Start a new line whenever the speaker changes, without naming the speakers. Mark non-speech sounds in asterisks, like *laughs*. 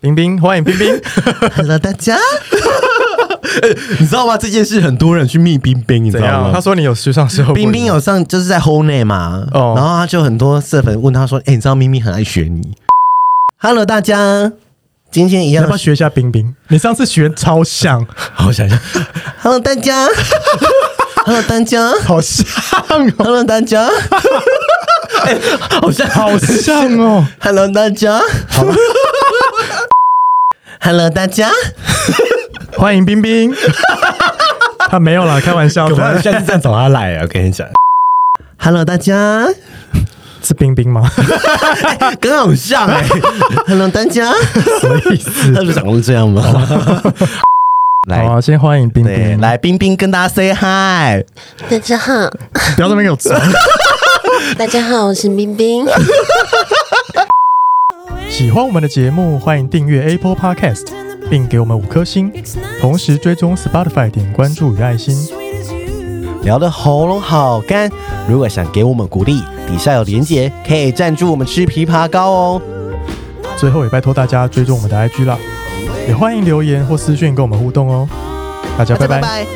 冰冰，欢迎冰 *laughs* 冰。
，Hello
*laughs*
大家，
哎你知道吗？这件事很多人去密冰冰，你知
怎
道
样？他
吗？
说你有时尚时候，
冰冰有上就是在 Whole 内嘛，
哦
然后他就很多社粉问他说：“哎、你知道咪咪很爱学你？”Hello 大家，今天一
你
样
要不要学一下冰冰？你上次学超像，
好想想，
，Hello 大家，Hello 大家
好像哦，
，Hello
*laughs*
大家
哎好
*laughs*
像
好像哦。
，Hello 大家 *laughs* ，Hello 大家，
欢迎冰冰。 *laughs* 他没有啦，开玩笑
我们
的，
下次再找他来啊！我跟你讲，
Hello
*laughs*
大家
是冰冰吗？
跟好像哎、
，Hello 大家，
什么意
他
思？
不长得这
*laughs*
样吗？
好
来，
啊，先欢迎冰
对，
冰。
来冰冰跟大家 say hi。
大家好，
不要这么给我装。
大家好，我是冰冰。
喜欢我们的节目，欢迎订阅 Apple Podcast，并给我们五颗星，同时追踪 Spotify 点关注与爱心。
聊的喉咙好干，如果想给我们鼓励，底下有连结，可以赞助我们吃枇杷膏哦。
最后也拜托大家追踪我们的 IG 啦，也欢迎留言或私讯跟我们互动哦。大家拜拜。
拜。